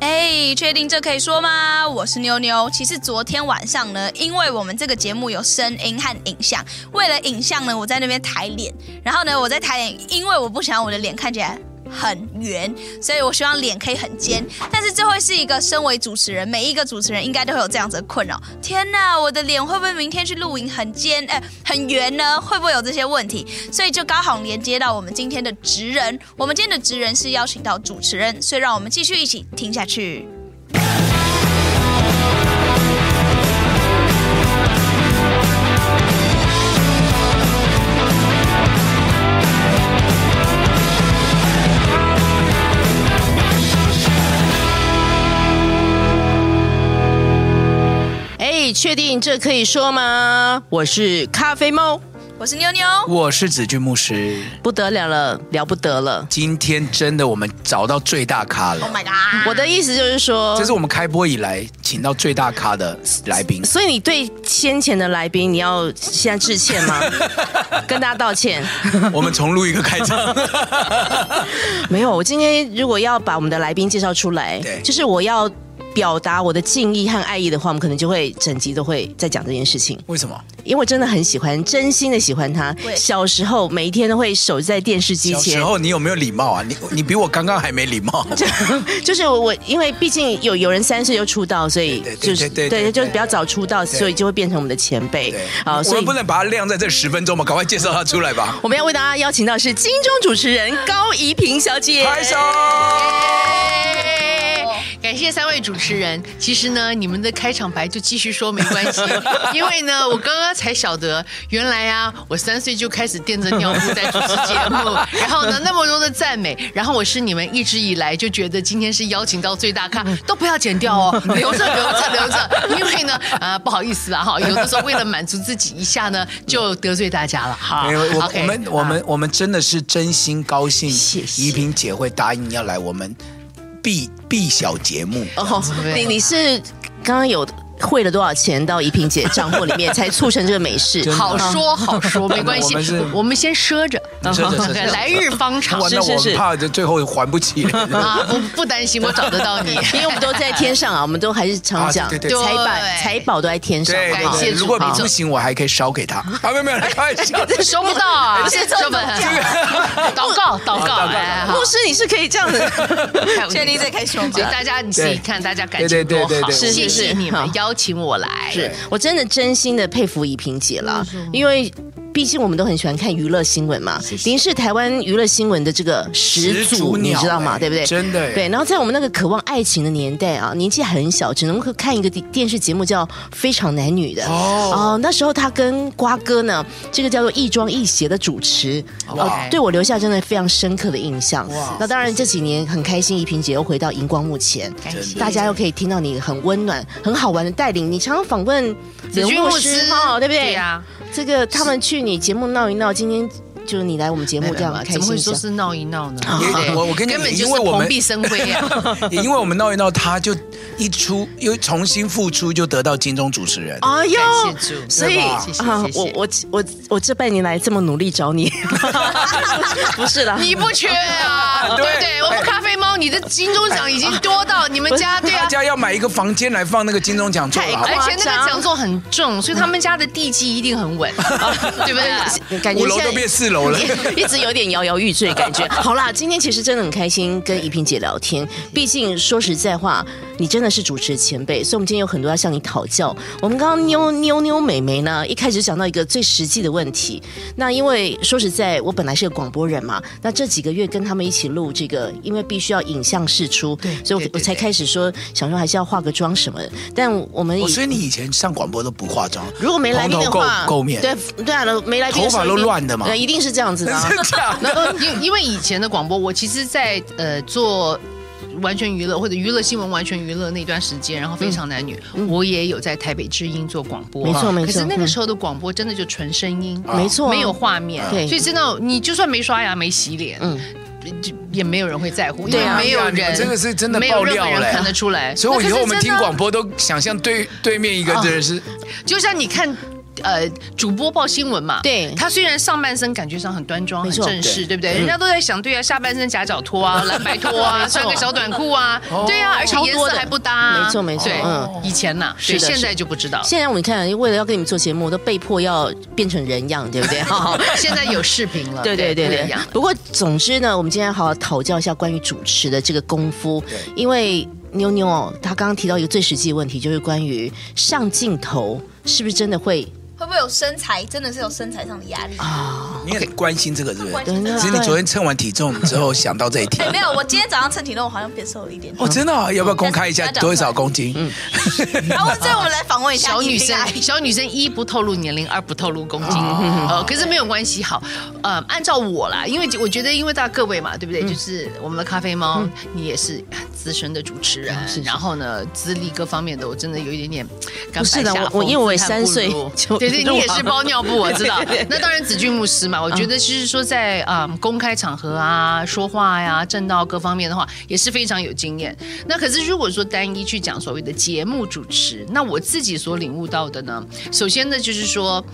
嘿，哎确定这可以说吗？我是妞妞。其实昨天晚上呢，因为我们这个节目有声音和影像，为了影像呢，我在那边抬脸，然后呢，我在抬脸，因为我不想让我的脸看起来。很圆，所以我希望脸可以很尖，但是这会是一个身为主持人，每一个主持人应该都会有这样子的困扰。天哪，我的脸会不会明天去露营很尖，哎、很圆呢？会不会有这些问题？所以就刚好连接到我们今天的职人，我们今天的职人是邀请到主持人，所以让我们继续一起听下去。哎，确定这可以说吗？我是咖啡猫，我是妞妞，我是子俊牧师，不得了了，了不得了。今天真的我们找到最大咖了 Oh my god！我的意思就是说，这是我们开播以来请到最大咖的来 宾。所以你对先前的来宾，你要现在致歉 吗？跟大家道歉。我们重录一个开场，没有，我今天如果要把我们的来宾介绍出来对，就是我要表达我的敬意和爱意的话，我们可能就会整集都会在讲这件事情，为什么？因 为我真的很喜欢，真心的喜欢他对。小时候每一天都会守在电视机小时前，候你有没有礼貌啊？你你比我刚刚还没礼貌。 就是我我，因为毕竟有有人三岁就出道，所以对对就是对对对对就是比较早出道，所以就会变成我们的前辈对，好，我所们以不能把他晾在这十分钟嘛，赶快介绍他出来吧。我们要为大家邀请到是金钟主持人高怡平小姐，拍手！感谢三位主持人。其实呢，你们的开场白就继续说没关系，因为呢，我刚刚才晓得，原来啊，我三岁就开始垫着尿布在主持节目，然后呢，那么多的赞美，然后我是你们一直以来就觉得今天是邀请到最大咖，都不要剪掉哦，留着留着留着，因为呢，啊、不好意思啦哈，有的时候为了满足自己一下呢，就得罪大家了哈。没有，我 OK，啊我们我们我们真的是真心高兴，谢谢怡萍姐会答应要来我们必必小节目。哦，你你是刚刚有汇了多少钱到怡萍姐账户里 面，才促成这个美事？真的好说好 说，没关啊我系们是，我们先奢着，奢着 奢着来日方长哇，那是我是们怕就最后还不起 了。啊！不不担心，我找得到你。因为我们都在天上啊，我们都还是常讲啊对对对财宝对财宝都在天上，对好对不好感谢对，主如果好不行，我还可以烧给 他。啊，没有没有，开玩笑。收不到啊！不是这收不到， 祷告祷告，啊哎，好牧师，你是可以这 样的。确定这可以说吗所以大家你自己对看，大家感对情对多对对好，对是是谢谢是你们好邀请我来。是我真的真心的佩服怡萍姐啦，因为毕竟我们都很喜欢看娱乐新闻嘛，您是台湾娱乐新闻的这个始始祖祖，你鸟知道吗？哎对不对？真的哎对，然后在我们那个渴望爱情的年代啊，年纪很小，只能够看一个电电视节目叫《非常男女》的哦哦、那时候他跟瓜哥呢，这个叫做亦庄亦邪的主持，哇哦，对我留下真的非常深刻的印象哇。那当然这几年很开心，怡萍姐又回到荧光幕前，感真谢的大家又可以听到你很温暖、很好玩的带领。你常常访问子君牧师哦，对不对？对啊呀，这个他们去你节目闹一闹，今天就是你来我们节目这样开哎怎么心会一下说。是闹一闹呢？也对不对我我跟你根本就因为是我们蓬荜生辉啊！也因为我们闹一闹，他就一出又重新复出，就得到金钟主持人。哎呦感谢主所以啊对吧谢谢谢谢我我我我这半年来这么努力找你， 不是啦，你 不 缺啊，对不对？我们咖啡猫，你的金钟奖已经多到你们家，对大啊，家要买一个房间来放那个金钟奖座了，好不而好？且那个奖座很嗯重，所以他们家的地基一定 很稳，对不对？感觉五楼现在都变四楼 了。 一直有点摇摇欲坠 感觉。好啦，今天其实真的很开心跟怡萍姐聊天，毕竟说实在话，你真的是主持前辈，所以我们今天有很多要向你讨教。我们刚刚妞妞妞美眉呢，一开始讲到一个最实际的问题，那因为说实在，我本来是个广播人嘛，那这几个月跟他们一起录这个，因为必须要影像试出，所以我对对我才开始说想说还是要化个妆什么的，但我们哦以所以你以前上广播都不化妆，如果没来宾的话，蓬头垢垢面对对啊，没来宾的时候头发都一定乱的嘛对一定是这样子的、 啊。因因为以前的广播，我其实在，呃做。完全娱乐或者娱乐新闻完全娱乐那段时间，然后非常男女，嗯我也有在台北之音做广播，嗯没错没错嗯可是那个时候的广播真的就纯声音，没错啊没有画面，对所以真的你就算没刷牙没洗脸，嗯嗯，就也没有人会在乎，因对为啊没有对啊你人们真的是真的没有任何爆料人嘞看得出来。所以我以后我们那可是真听的啊广播都想象对对面一个真的是就像你看呃主播报新闻嘛，对他虽然上半身感觉上很端庄、没很错正式，对对不对？人家都在想，对啊，下半身夹脚拖啊、蓝白拖啊，没错穿个小短裤啊，对啊，而且超颜多色的还不搭啊，没错没错对嗯以前呐，是对，的 现是在就不知道，现在我们看，为了要跟你们做节目，都被迫要变成人样，对不 对？哈哈。现在有视频了，对对对不一对样。不过总之呢，我们今天好好讨教一下关于主持的这个功夫，因为妞妞哦，她刚刚提到一个最实际的问题，就是关于上镜头是不是真的会 会不会有身材？真的是有身材上的压力？ 你很关心这个是不关是？心 只是你昨天称完体重之后想到这一 题哎、。 没有，我今天早上称体重，我好像变瘦了一 点。哦，真的哦，要不要公开一下要讲多少公斤？然后这我们来访问一下小女生生，， 小女生一不透露年龄，二不透露公斤，嗯呃，可是没有关系，好，呃，按照我啦，因为我觉得，因为大家各位嘛，对不嗯对？就是我们的咖啡猫，你也是资深的主持人，是是然后呢，资历各方面的，我真的有一点点甘不是的拜下我我风因为我也自叹三不岁如就对对，入你也是行包尿布，我知道。那当然，子俊牧师嘛，我觉得就是说在嗯公开场合啊、说话呀、正道各方面的话，也是非常有经验。那可是如果说单一去讲所谓的节目主持，那我自己所领悟到的呢，首先呢就是说。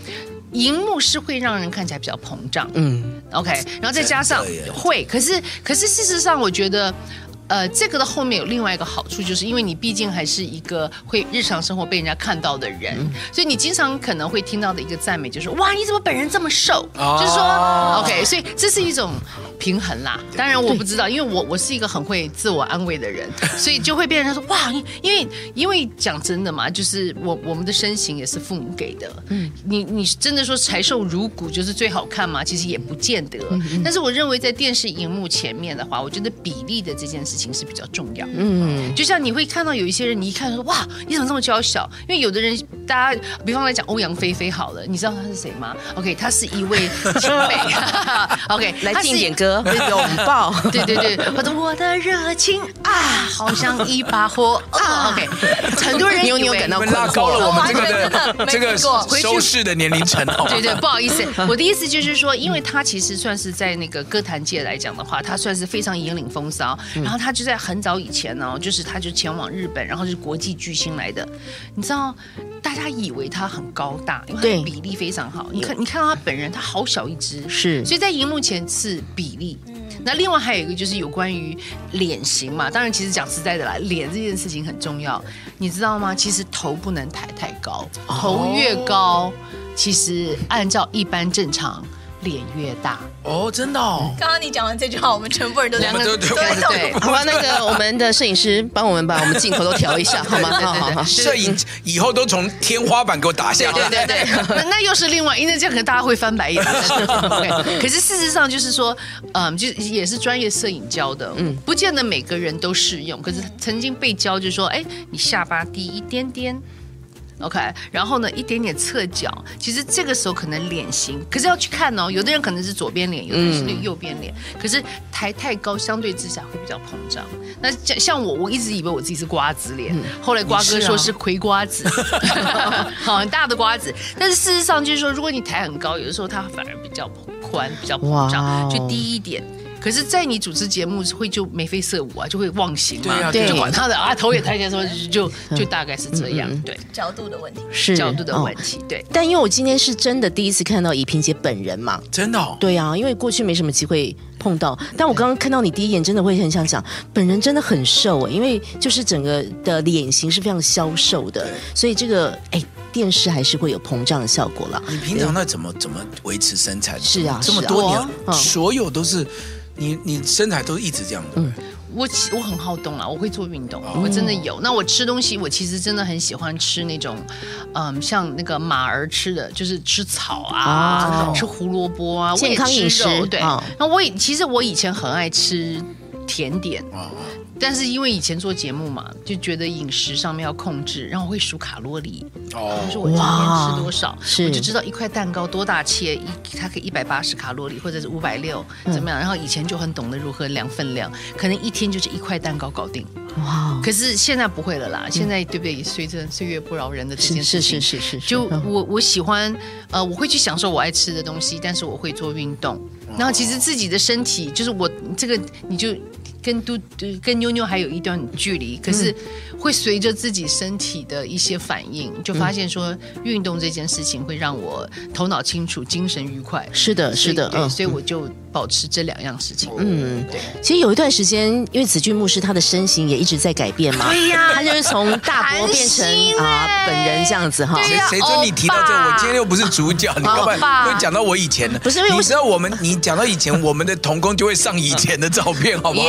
荧幕是会让人看起来比较膨胀，嗯， OK，然后再加上真的耶会，可是可是事实上，我觉得。呃，这个的后面有另外一个好处，就是因为你毕竟还是一个会日常生活被人家看到的人，所以你经常可能会听到的一个赞美就是哇，你怎么本人这么瘦？哦就是说，OK，所以这是一种平衡啦。当然我不知道，因为我我是一个很会自我安慰的人，所以就会被人家说哇，你因为因为讲真的嘛，就是我我们的身形也是父母给的，嗯，你你真的说柴瘦如骨就是最好看吗？其实也不见得。嗯但是我认为在电视荧幕前面的话，我觉得比例的这件事情是比较重要。嗯，就像你会看到有一些人，你一看说哇，你怎么这么娇小？因为有的人，大家比方来讲欧阳菲菲好了，你知道她是谁吗？OK，她是一位姐妹。OK， 来她是敬点 歌，拥抱，对对对，我的我的热情啊，好像一把火啊。OK，很 多人妞以妞为感到 你们拉高了我们这我完全真的个没的这个听过收视的年龄层哦。对 对，不好意思，嗯我的意思就是说，因为他其实算是在那个歌坛界来讲的话，他算是非常引领风骚。嗯然后他就在很早以前呢、就是他就前往日本，然后是国际巨星来的。你知道，大家以为他很高大，因为他对的比例非常好。你看，你看到他本人，他好小一只，是所以在荧幕前是比例。那另外还有一个就是有关于脸型嘛，当然其实讲实在的啦，脸这件事情很重要，你知道吗？其实头不能抬太高，哦头越高，其实按照一般正常，脸越大。哦，真的哦，刚刚你讲完这句话，我们全部人都在我们都对对对对对好吧，那个我们的摄影师帮我们把我们镜头都调一下，好 吗？对对好对好好，摄影以后都从天花板给我打下来。对对对，那 那又是另外，因为这样可能大家会翻白眼。OK，可是事实上就是说，嗯，就是也是专业摄影教的，嗯，不见得每个人都适用。可是曾经被教就是说，哎，你下巴低一点点。OK，然后呢，一点点侧角，其实这个时候可能脸型，可是要去看哦。有的人可能是左边脸，有的人是右边脸，可是抬太高，相对之下会比较膨胀。那像像我，我一直以为我自己是瓜子脸，后来瓜哥说是葵瓜子， 好很大的瓜子。但是事实上就是说，如果你抬很高，有的时候它反而比较宽，比较膨哇胀，哦就低一点。可是，在你主持节目会就眉飞色舞啊，就会忘形嘛，对啊就对管他的啊，头也抬起来的时候就就就大概是这样，对。角度的问题。是角度的问哦题。对，但因为我今天是真的第一次看到怡萍姐本人嘛，真的哦，对啊，因为过去没什么机会碰到，但我刚刚看到你第一眼，真的会很想讲，本人真的很瘦哎，因为就是整个的脸型是非常消瘦的，所以这个哎，电视还是会有膨胀的效果啦。你平常那怎么怎么维持身材？是啊这么是啊多我年啊，嗯你所有都是你你身材都一直这样嗯的。我其我很好动啦，啊我会做运动，哦我真的有。那我吃东西，我其实真的很喜欢吃那种，嗯，像那个马儿吃的，就是吃草啊，吃胡萝卜啊，哦健康我也饮吃食肉对，哦那我以其实我以前很爱吃甜点，哦哦但是因为以前做节目嘛，就觉得饮食上面要控制，然后我会数卡路里。哦就是我今天吃多少，是我就知道一块蛋糕多大切，一它可以一百八十卡路里，或者是五百六，嗯怎么样？然后以前就很懂得如何量分量，可能一天就是一块蛋糕搞定。哇，可是现在不会了啦，现在对不对？随着岁月不饶人的这是件事是情是，是是，就是我我喜欢，呃，我会去享受我爱吃的东西，但是我会做运动。然后其实自己的身体，就是我这个你就跟嘟嘟跟妞妞还有一段距离，可是会随着自己身体的一些反应，就发现说运动这件事情会让我头脑清楚，精神愉快。是的，呃是的，所以对，所以我就保持这两样事情。嗯，其实有一段时间，因为子俊牧师他的身形也一直在改变嘛，对呀，他就是从大伯变成韩星啊哎本人这样子哈。谁谁准你提到这个？哦欧巴我今天又不是主角，你干嘛会讲到我以前呢？不是因为我你知道我们，你讲到以前，我们的童工就会上以前的照片，好不好？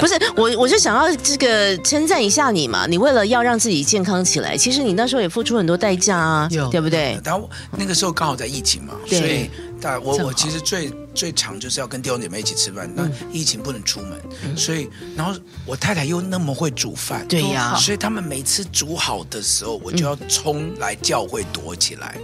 不是我，我就想要这个称赞一下你嘛。你为了要让自己健康起来，其实你那时候也付出很多代价啊有，对不对？然后那个时候刚好在疫情嘛，对所以大我正好嗯我其实最最常就是要跟弟兄姐妹一起吃饭，那疫情不能出门，所以然后我太太又那么会煮饭，对呀所以他们每次煮好的时候，我就要冲来教会躲起来，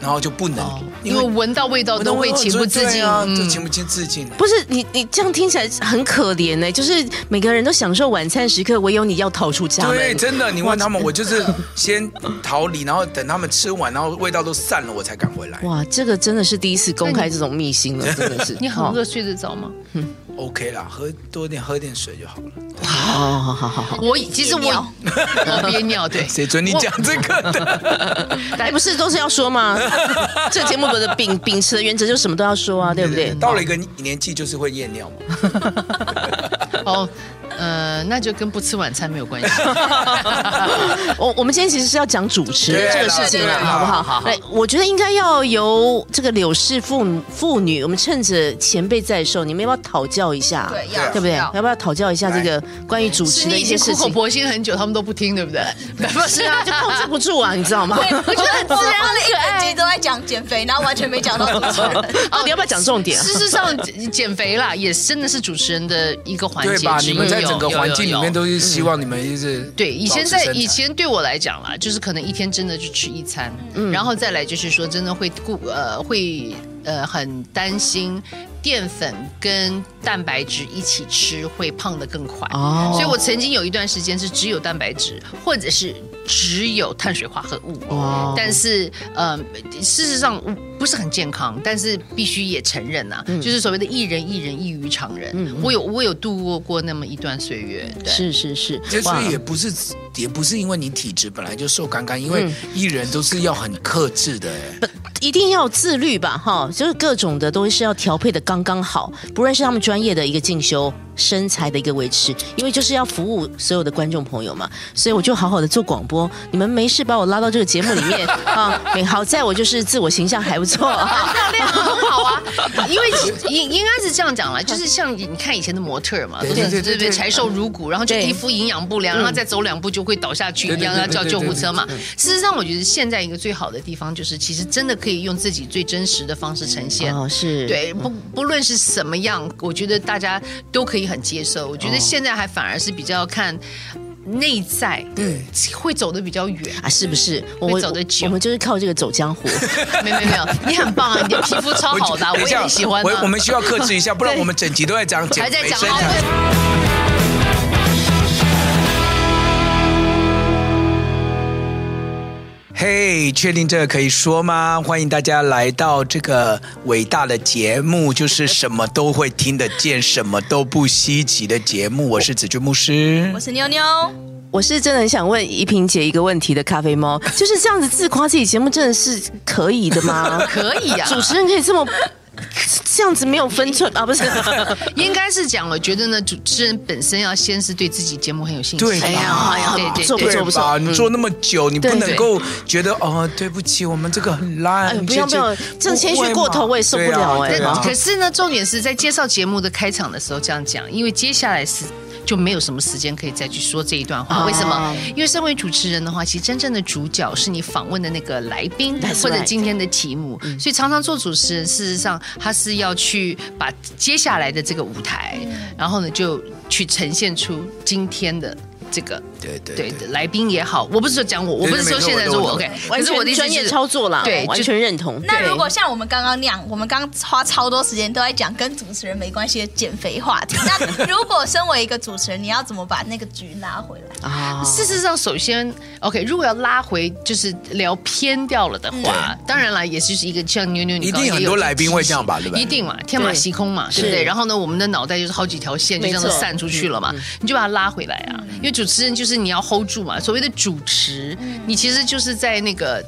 然后就不能嗯哦因为闻到味道我都会情不自禁。啊，嗯就情不自禁。不是你，你这样听起来很可怜呢、就是每个人都享受晚餐时刻，唯有你要逃出家门。对，真的，你问他们，我就是先逃离，然后等他们吃完，然后味道都散了，我才敢回来。嗯哇，这个真的是第一次公开这种秘辛 了，真的是。你很哦饿，睡得着吗？ OK 啦，喝多点喝点水就好了。好好好好好，我其实憋我尿 我憋尿，对，谁准你讲这个的？哎，不是都是要说 吗？这个节目不是秉秉持的原则就是什么都要说啊，对不 对？到了一个年纪就是会夜尿嘛。哦，呃，那就跟不吃晚餐没有 关系。我我们今天其实是要讲主持对啦这个事情对了，啦好不好好好？好来，我觉得应该要由这个柳氏妇女妇女，我们趁着前辈在的时候，你们要不要讨教一下？对，对要啊对不对？ 要要不要讨教一下这个关于主是持你的一已些经事苦口情？婆心很久，他们都不听，对不对？不是啊，就控制 不住啊，你知道吗？我觉得很自然，我啊的一整集都在讲减肥，然后完全没讲到主持人。 哦，你要不要讲重点啊？事实上，减肥啦，也真的是主持人的一个环节对之一。吧？你们在有整个环境里有有面都是希望你们一直嗯对，以前保持在身材以前对我来讲啦，就是可能一天真的就吃一餐，然后再来就是说真的会顾呃会呃很担心淀粉跟蛋白质一起吃会胖得更快，哦所以我曾经有一段时间是只有蛋白质或者是只有碳水化合物，哇但是呃事实上不是很健康，但是必须也承认啊，就是所谓的一人一人异于常人，我有我有度过过那么一段岁月，对。是是是其，哇实也不是，也不是因为你体质本来就瘦干干，因嗯为艺人都是要很克制的、哎一定要自律吧，哈，就是各种的都是要调配的刚刚好，不论是他们专业的一个进修、身材的一个维持，因为就是要服务所有的观众朋友嘛，所以我就好好的做广播，你们没事把我拉到这个节目里面 啊，没好在我就是自我形象还不错啊，漂亮，很好啊。因为其应应该是这样讲啦，就是像你看以前的模特儿嘛，对都是对对对对对柴瘦如骨，然后就对皮肤营养不良，然后再走两步就会倒下去一样，对对对要对叫对救护车嘛。事实上，我觉得现在一个最好的地方就是，其实真的可以用自己最真实的方式呈现。哦是， 对，不不论是什么样，我觉得大家都可以很接受。我觉哦得现在还反而是比较看内在，嗯，会走得比较远。啊是不是？我会走得久我们就是靠这个走江湖，没有没有没有，你很棒啊，你的皮肤超好的啊，我等一也下很喜欢啊。 我我们需要克制一下，不然 我们整集都在讲减还在肥讲身哦材。嘿确定这个可以说吗？欢迎大家来到这个伟大的节目，就是什么都会听得见，什么都不稀奇的节目。我是子君牧师我，是妞妞，我是真的很想问怡萍姐一个问题的咖啡 猫，就是这样子自夸自己节目真的是可以的吗？ 可以啊呀、主持人可以这么这样子没有分寸啊？ 不是，应该是讲，我觉得呢，主持人本身要先是对自己节目很有兴趣。对哎呀哎呀对对做不对做对不做？吧？你做那么久，你不对能够觉得哦，对不起，我们这个很烂。哎呦不这要不要这样谦虚过头我也受不了哎对啊对啊但可是呢，重点是在介绍节目的开场的时候这样讲，因为接下来是。就没有什么时间可以再去说这一段话，哦为什么？因为身为主持人的话，其实真正的主角是你访问的那个来宾 That's 或者 right 今天的题目，所以常常做主持人，事实上他是要去把接下来的这个舞台，然后呢就去呈现出今天的这个对对对对，来宾也好，我不是说讲我，我不是说现在说我 OK，可完是我的全专意思是业操作啦，对，完就全认同。那如果像我们刚刚那样，我们刚花超多时间都在讲跟主持人没关系的减肥话题，那如果身为一个主持人，你要怎么把那个局拉回来？啊事实上，首先，OK，如果要拉回就是聊偏掉了的话，当然啦，也就是一个像妞妞你一刚刚定很也有多提来宾会这样吧对不对一定嘛，天马行空嘛，对不是对？然后呢，我们的脑袋就是好几条线，就这样子没错散出去了嘛，你就把它拉回来啊，因为主持人就是你要 hold 住嘛，所谓的主持，嗯你其实就是在那个。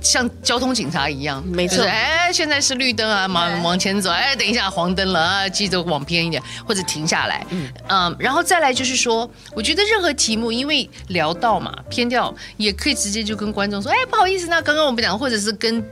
像交通警察一样，没错就是哎，现在是绿灯啊，往对往前走。哎，等一下黄灯了啊，记得往边一点，或者停下来。嗯然后再来就是说，我觉得任何题目，因为聊到嘛偏掉，也可以直接就跟观众说，哎，不好意思，那刚刚我们讲，或者是跟。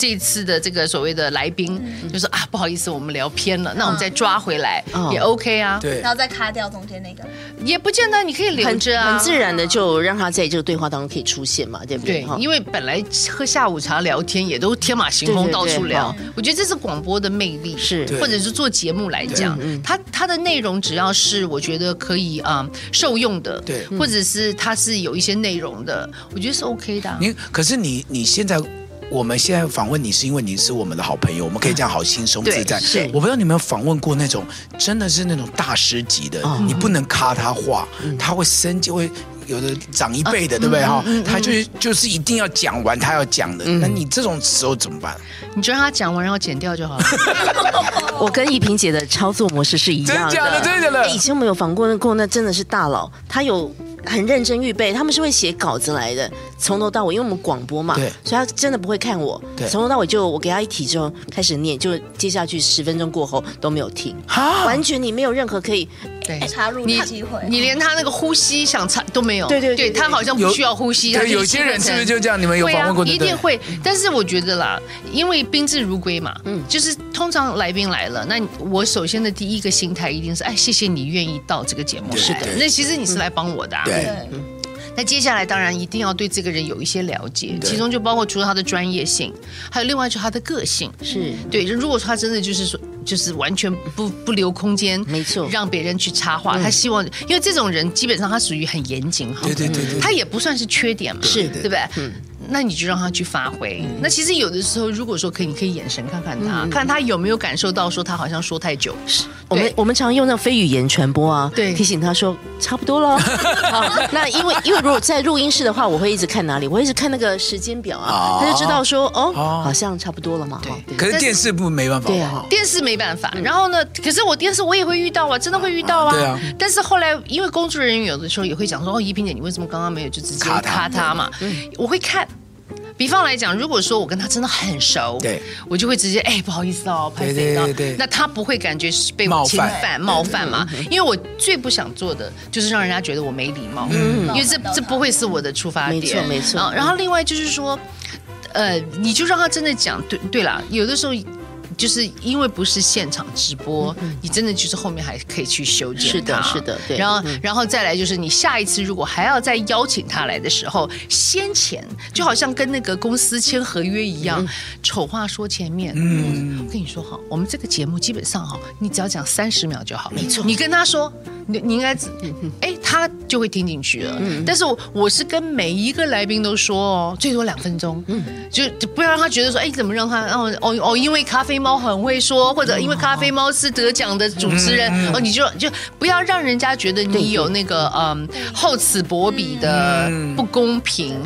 这次的这个所谓的来宾，就说啊，不好意思，我们聊偏了，那我们啊再抓回来、嗯也 OK 啊，对然，后再卡掉中间那个。也不见得你可以留很着啊，很自然的就让他在这个对话当中可以出现嘛，对不对？对哈，因为本来喝下午茶聊天也都天马行对空，对到处对聊。我觉得这是广播的魅力，是嗯对或者是做节目来讲，它它的内容只要是我觉得可以啊、嗯受用的，对或者是它是有一些内容的，我觉得是 OK 的啊、你可是你你现在。我们现在访问你是因为你是我们的好朋友，我们可以这样好轻松对自在。是我不知道你有没有访问过那种真的是那种大师级的，哦你不能卡他话，嗯他会生气，会有的长一辈啊的，对不对哈？嗯他就是就是一定要讲完他要讲的，那你这种时候怎么办？你就让他讲完，然后剪掉 就好了。我跟一萍姐的操作模式是一样的。真的假的真的假的哎以前我们有访过过，那真的是大佬，他有很认真预备，他们是会写稿子来的，从头到尾，因为我们广播嘛，对所以他真的不会看我对，从头到尾就我给他一题之后开始念，就接下去十分钟过后都没有停，哈完全你没有任何可以对。哎插入哎你的机会你连他那个呼吸想插都没有，对对对对他好像不需要呼吸，对他就有些人是不是就这样你们有会啊访问过对一不对嗯定会，但是我觉得啦，因为宾至如归嘛，嗯嗯，就是通常来宾来了，那我首先的第一个心态一定是，哎，谢谢你愿意到这个节目来，对是的那其实你是来帮我的、啊， 对，对，那接下来当然一定要对这个人有一些了解，对其中就包括除了他的专业性，还有另外就是他的个性，是对，如果说他真的就是说，就是完全不不留空间，没错让别人去插话。嗯他希望，因为这种人基本上他属于很严谨哈，对对对对他也不算是缺点嘛，是对不对？那你就让他去发挥。那其实有的时候，如果说可以，你可以眼神看看他，看他有没有感受到说他好像说太久。我们我们常用那非语言传播啊，对提醒他说差不多 了。好，那因为因为如果在录音室的话，我会一直看哪里，我会一直看那个时间表啊，哦他就知道说哦，哦好像差不多了嘛。对哈可是电视部没办法，对啊，电视没办法，然后呢？可是我电视我也会遇到啊，真的会遇到啊。嗯对啊但是后来，因为工作人员有的时候也会讲说：“哦，怡萍姐，你为什么刚刚没有就直接卡他咔他嘛？”我会看。比方来讲，如果说我跟他真的很熟，对，我就会直接哎，不好意思哦，拍对谁对了对对那他不会感觉是被冒我犯嗯侵犯、冒犯嘛？因为我最不想做的就是让人家觉得我没礼貌，嗯因为这这不会是我的出发点。没错没错啊然后另外就是说，呃，你就让他真的讲。对对啦，有的时候就是因为不是现场直播，你真的就是后面还可以去修正它。嗯是的是的对嗯然后，然后再来就是你下一次如果还要再邀请他来的时候，先前就好像跟那个公司签合约一样，嗯丑话说前面。嗯，我跟你说哈，我们这个节目基本上哈，你只要讲三十秒就好。没错，你跟他说。你你应该只，嗯哎，他就会听进去了。但是我我是跟每一个来宾都说哦，最多两分钟，就就不要让他觉得说，哎，怎么让他哦哦哦，因为咖啡猫很会说，或者因为咖啡猫是得奖的主持人，哦，你就就不要让人家觉得你有那个嗯厚此薄彼的不公平。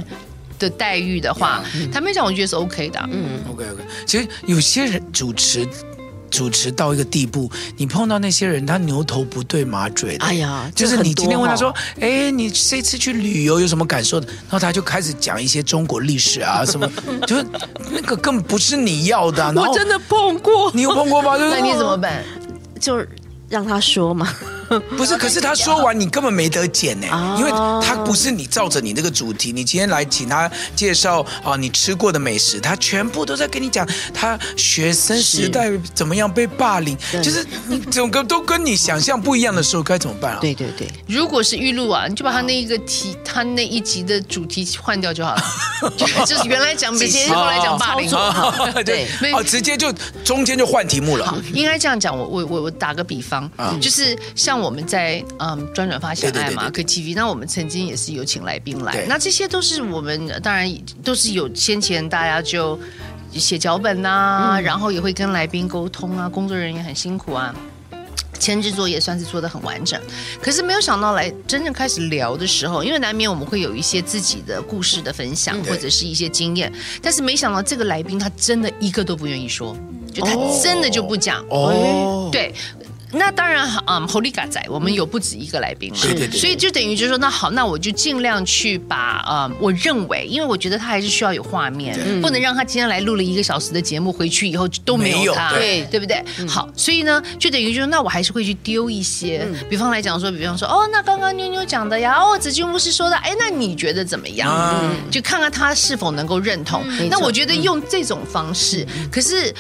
的待遇的话，坦白讲，我觉得是 OK 的啊。 OK OK，其实有些人主持主持到一个地步，你碰到那些人，他牛头不对马嘴的。哎呀就是这很你啊今天问他多说哦：“哎，你这次去旅游有什么感受的？”然后他就开始讲一些中国历史啊什么， 就是那个根本不是你要的啊、然后的碰过，你有碰过吗？就是 那你怎么办？就让他说嘛。不是？可是他说完，你根本没得剪呢、哦因为他不是你照着你那个主题，你今天来请他介绍啊你吃过的美食，他全部都在跟你讲他学生时代怎么样被霸凌，就是你整个都跟你想象不一样的时候该怎么办啊？对对对，如果是预录啊，你就把他那一个题，他那一集的主题换掉就好 了。就就是原来讲美食，后来讲霸凌， 啊，对没哦，直接就中间就换题目了。应该这样讲，我我我我打个比方，就是像我们在嗯转转发现爱嘛，啊对可 TV，那我们曾经也是有请来宾来对，那这些都是我们当然都是有先前大家就嗯写脚本呐、然后也会跟来宾沟通啊，工作人员很辛苦啊。前置作业算是做的很完整，可是没有想到来真正开始聊的时候，因为难免我们会有一些自己的故事的分嗯享，或者是一些经验，但是没想到这个来宾他真的一个都不愿意说，就他真的就不讲。哦，对，那当然，嗯，Holiga 仔，我们有不止一个来宾嘛，对对对所以就等于就是说，那好，那我就尽量去把，嗯，我认为，因为我觉得他还是需要有画面，不能让他今天来录了一个小时的节目，回去以后就都没没有有他，对嗯对不对？好，所以呢，就等于就是，那我还是会去丢一些，嗯比方来讲说，比方说，哦，那刚刚妞妞讲的呀，哦，子君牧师说的，哎，那你觉得怎么样？啊就看看他是否能够认同。嗯没那错嗯我觉得用这种方式，可是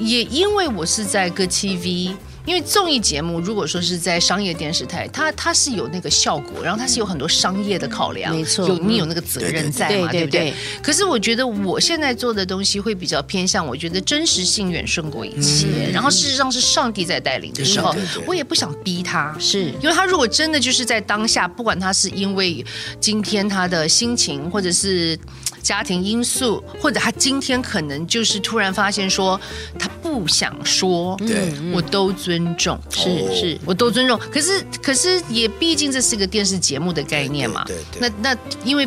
也因为我是在歌 TV。因为综艺节目如果说是在商业电视台，它它是有那个效果，然后它是有很多商业的考量，没错有嗯你有那个责任在嘛，对对对不对对？可是我觉得我现在做的东西会比较偏向，我觉得真实性远胜过一切，然后事实上是上嗯帝在带领的时候对对对，我也不想逼他，是因为他如果真的就是在当下，不管他是因为今天他的心情，或者是嘖家庭因素，或者他今天可能就是突然发现说他不想说，对我都尊重，哦是是，我都尊重。可是可是也毕竟这是个电视节目的概念嘛，对对对那那因为。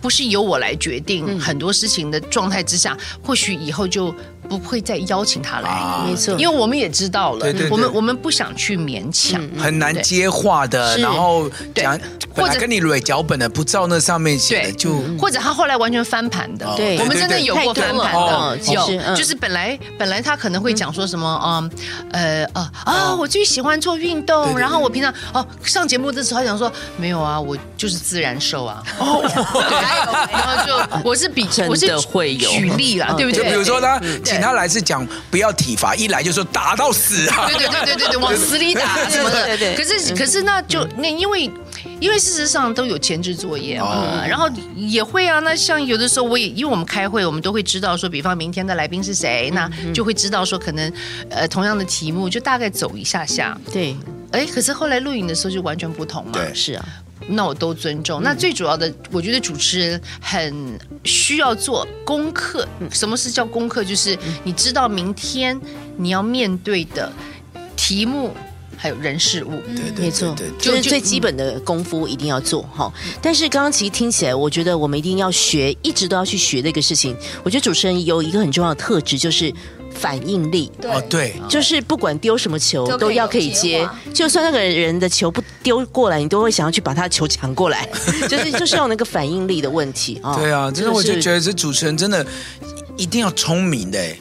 不是由我来决嗯定很多事情的状态之下，或许以后就不会再邀请他来，啊没错，因为我们也知道了，对对对嗯我们我们不想去勉强。很难接话的，是然后对讲本来或者跟你蕊脚本的不照那上面写的对嗯就或者他后来完全翻盘的嗯哦，对我们真的有过翻盘的，太多了哦其实嗯有，就是本来本来他可能会讲说什么，嗯，呃呃啊，我最喜欢做运对动，对然后我平常哦上节目的时候他讲说没有啊，我就是自然瘦啊，还有然后就我是比真的我是会有举例啦，嗯对不就对？ 比如说 对他请他来是讲不要体罚，一来就说打到死啊，对对对对对，往死里打什么的。对嗯对对可是可是那就那因为因为事实上都有前置作业嘛，然后也会啊。那像有的时候我也因为我们开会，我们都会知道说，比方明天的来宾是谁，嗯那就会知道说可能呃同样的题目就大概走一下下。对哎，可是后来录影的时候就完全不同嘛。对是啊，那我都尊重。那最主要的，我觉得主持人很需要做功课。什么是叫功课？就是你知道明天你要面对的题目，还有人事物。嗯对对没错对，对就是就最基本的功夫一定要做哈。但是刚刚其实听起来，我觉得我们一定要学，一直都要去学的一个事情。我觉得主持人有一个很重要的特质，就是反应力。 哦对，就是不管丢什么球都可以都要可以有接接话，就算那个人的球不丢过来，你都会想要去把他的球抢 过来，就是就是要有那个反应力的问题啊。对啊，真的，我就觉得，得这主持人真的一定要聪明的哎。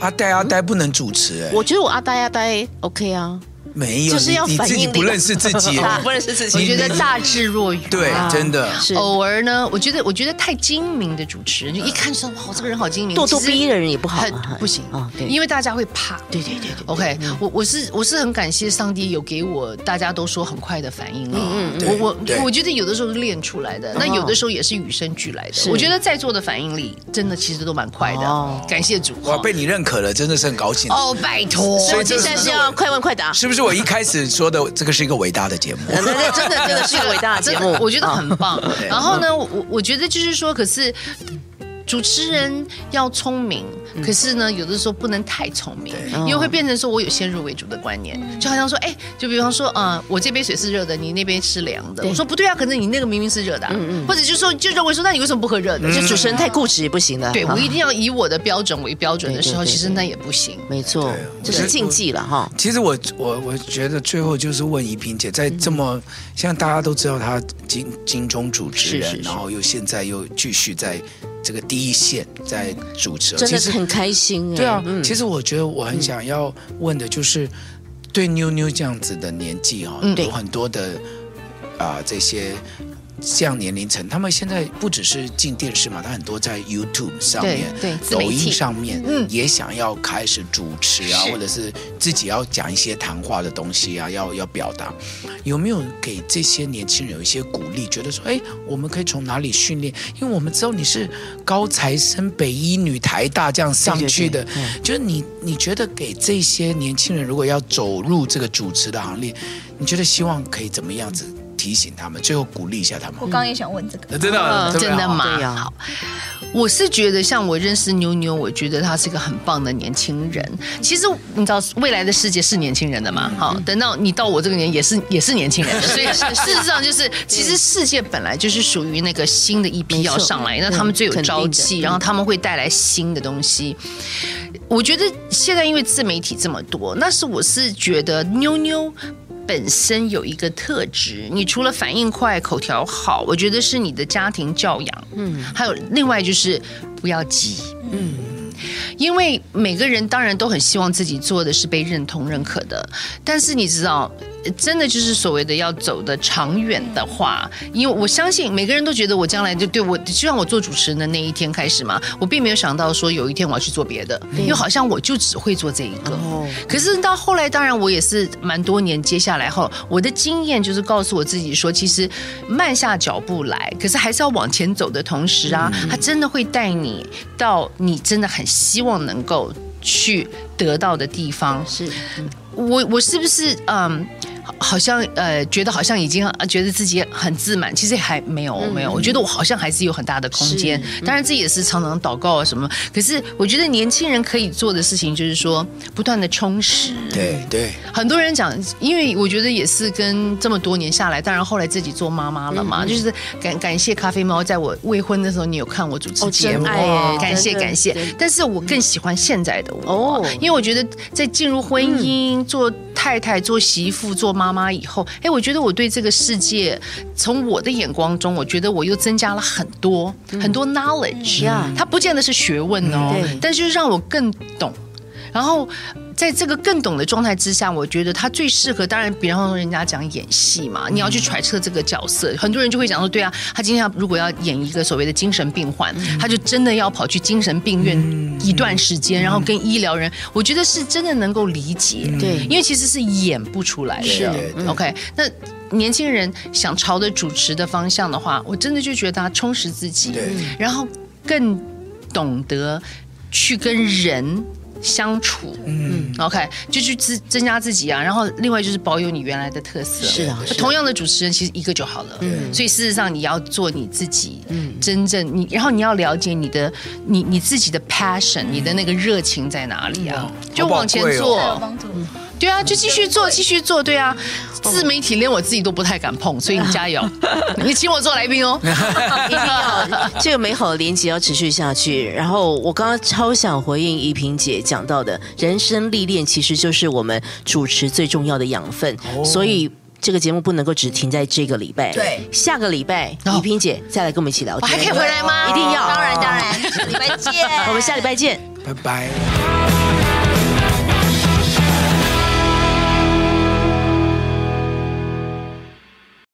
阿呆阿呆不能主持哎，嗯我觉得我阿呆阿呆 OK 啊，没有，就是你要你反自己应力不认识自己，哦 我不认识自我己，觉得大智若愚。啊对，真的啊是偶尔呢，我觉得我觉得太精明的主持人，就一看就说哇，这个人好精明，咄咄逼其实人也不好很啊，不行啊，对，因为大家会怕。对对对对， OK，我嗯我是我是很感谢上帝有给我大家都说很快的反应力。嗯嗯我对我我觉得有的时候是练出来的，那有的时候也是与生俱来是的。我觉得在座的反应力真的其实都蛮快哦的，感谢主。我被你认可了，真的是很高兴。哦，拜托， 所以这接下来是要快问快 答，是不是我一开始说的这个是一个伟大的节目？真的真 的真的是一个伟大的节真目的，我觉得啊很棒。然后呢，我我觉得就是说，可是。主持人要聪明，嗯可是呢，有的时候不能太聪明，因为会变成说我有先入为主的观念，嗯就好像说，哎、就比方说，呃，我这杯水是热的，你那杯是凉的，我说不对啊，可能你那个明明是热的啊、嗯或者就说就认为说，那你为什么不喝热的？就就主主持持人人太固执也不行的，对啊我一定要以我的标准为标准的时候，对对对其实那也不行。没错，这是禁忌了哈，其实我我我觉得最后就是问怡萍姐，在这嗯么像大家都知道她金金钟主持人，是是是然后又现在又继续在这个第一线在主持，真其的实很开心哎，对啊，嗯其实我觉得我很想要问的就是，对妞妞这样子的年纪哈、嗯有很多的啊、这些。这样年龄层，他们现在不只是进电视嘛，他很多在 YouTube 上面、对对自媒抖体嗯音上面，也想要开始主持啊，是或者是自己要讲一些谈话的东西啊，要要表达，有没有给这些年轻人有一些鼓励？觉得说，哎，我们可以从哪里训练？因为我们知道你是高材生、北医女、台大这样上去的，对对嗯对就是你，你觉得给这些年轻人，如果要走入这个主持的行列，你觉得希望可以怎么样子提醒他们，最后鼓励一下他们我？刚刚也想问这个，真的嗯真的吗？吗？对呀啊好，我是觉得像我认识妞妞，我觉得她是个很棒的年轻人。其实你知道，未来的世界是年轻人的嘛？嗯好、等到你到我这个年，也是也是年 轻人的。所以事实上就是，其实世界本来就是属于那个新的一批要上来，那他们最有嗯肯定的朝嗯气，然后他们会带来新的东西。我觉得现在因为自媒体这么多，那是我是觉得妞妞。本身有一个特质，你除了反应快、口条好，我觉得是你的家庭教养，嗯，还有另外就是不要急，因为每个人当然都很希望自己做的是被认同、认可的，但是你知道，呃真的就是所谓的要走的长远的话，因为我相信每个人都觉得我将来就对我，就像我做主持人的那一天开始嘛，我并没有想到说有一天我要去做别的，因为好像我就只会做这一个。可是到后来，当然我也是蛮多年，接下来后我的经验就是告诉我自己说，其实慢下脚步来，可是还是要往前走的同时啊，它真的会带你到你真的很希望能够去得到的地方。是我我是不是嗯，好好像呃，觉得好像已经呃觉得自己很自满，其实还没有、没有，我觉得我好像还是有很大的空间。当然，这也是常常祷告啊什么。可是我觉得年轻人可以做的事情就是说，不断的充实。对对，很多人讲，因为我觉得也是跟这么多年下来，当然后来自己做妈妈了嘛，嗯就是感感谢咖啡猫，在我未婚的时候，你有看我主持哦节目，真爱耶感谢真的感谢真的。但是我更喜欢现在的我，哦因为我觉得在进入婚姻、做太太、做媳妇、做妈妈以后，哎，我觉得我对这个世界，从我的眼光中，我觉得我又增加了很多、很多 knowledge，、呀它不见得是学问哦，嗯对但是让我更懂。然后在这个更懂的状态之下，我觉得他最适合，当然比方说人家讲演戏嗯嘛，你要去揣测这个角色，很多人就会讲说，对啊，他今天要如果要演一个所谓的精神病患，嗯他就真的要跑去精神病院一段时间，然后跟医疗人，我觉得是真的能够理解，嗯对因为其实是演不出来的。是对对 OK，那。年轻人想朝着主持的方向的话，我真的就觉得他充实自己，对然后更懂得去跟人相处。嗯，OK，就去增增加自己啊，然后另外就是保有你原来的特色。是啊是啊同样的主持人其实一个就好了。嗯，所以事实上你要做你自己，嗯，真正你，然后你要了解你的你你自己的 passion，、你的那个热情在哪里啊？就往前做。有帮助。对啊，就继续做，继续做，对啊。自媒体连我自己都不太敢碰，所以你 加油，你请我做来宾 哦。一定要啊这个美好的连接要持续下去。然后我刚刚超想回应怡萍姐讲到的，人生历练其实就是我们主持最重要的养分，哦所以。这个节目不能够只停在这个礼拜，对下个礼拜哦怡萍姐再来跟我们一起聊我天，还可以回来吗？一定要，，当然当，然，下礼拜见我们下礼拜见。拜拜。 「あなたの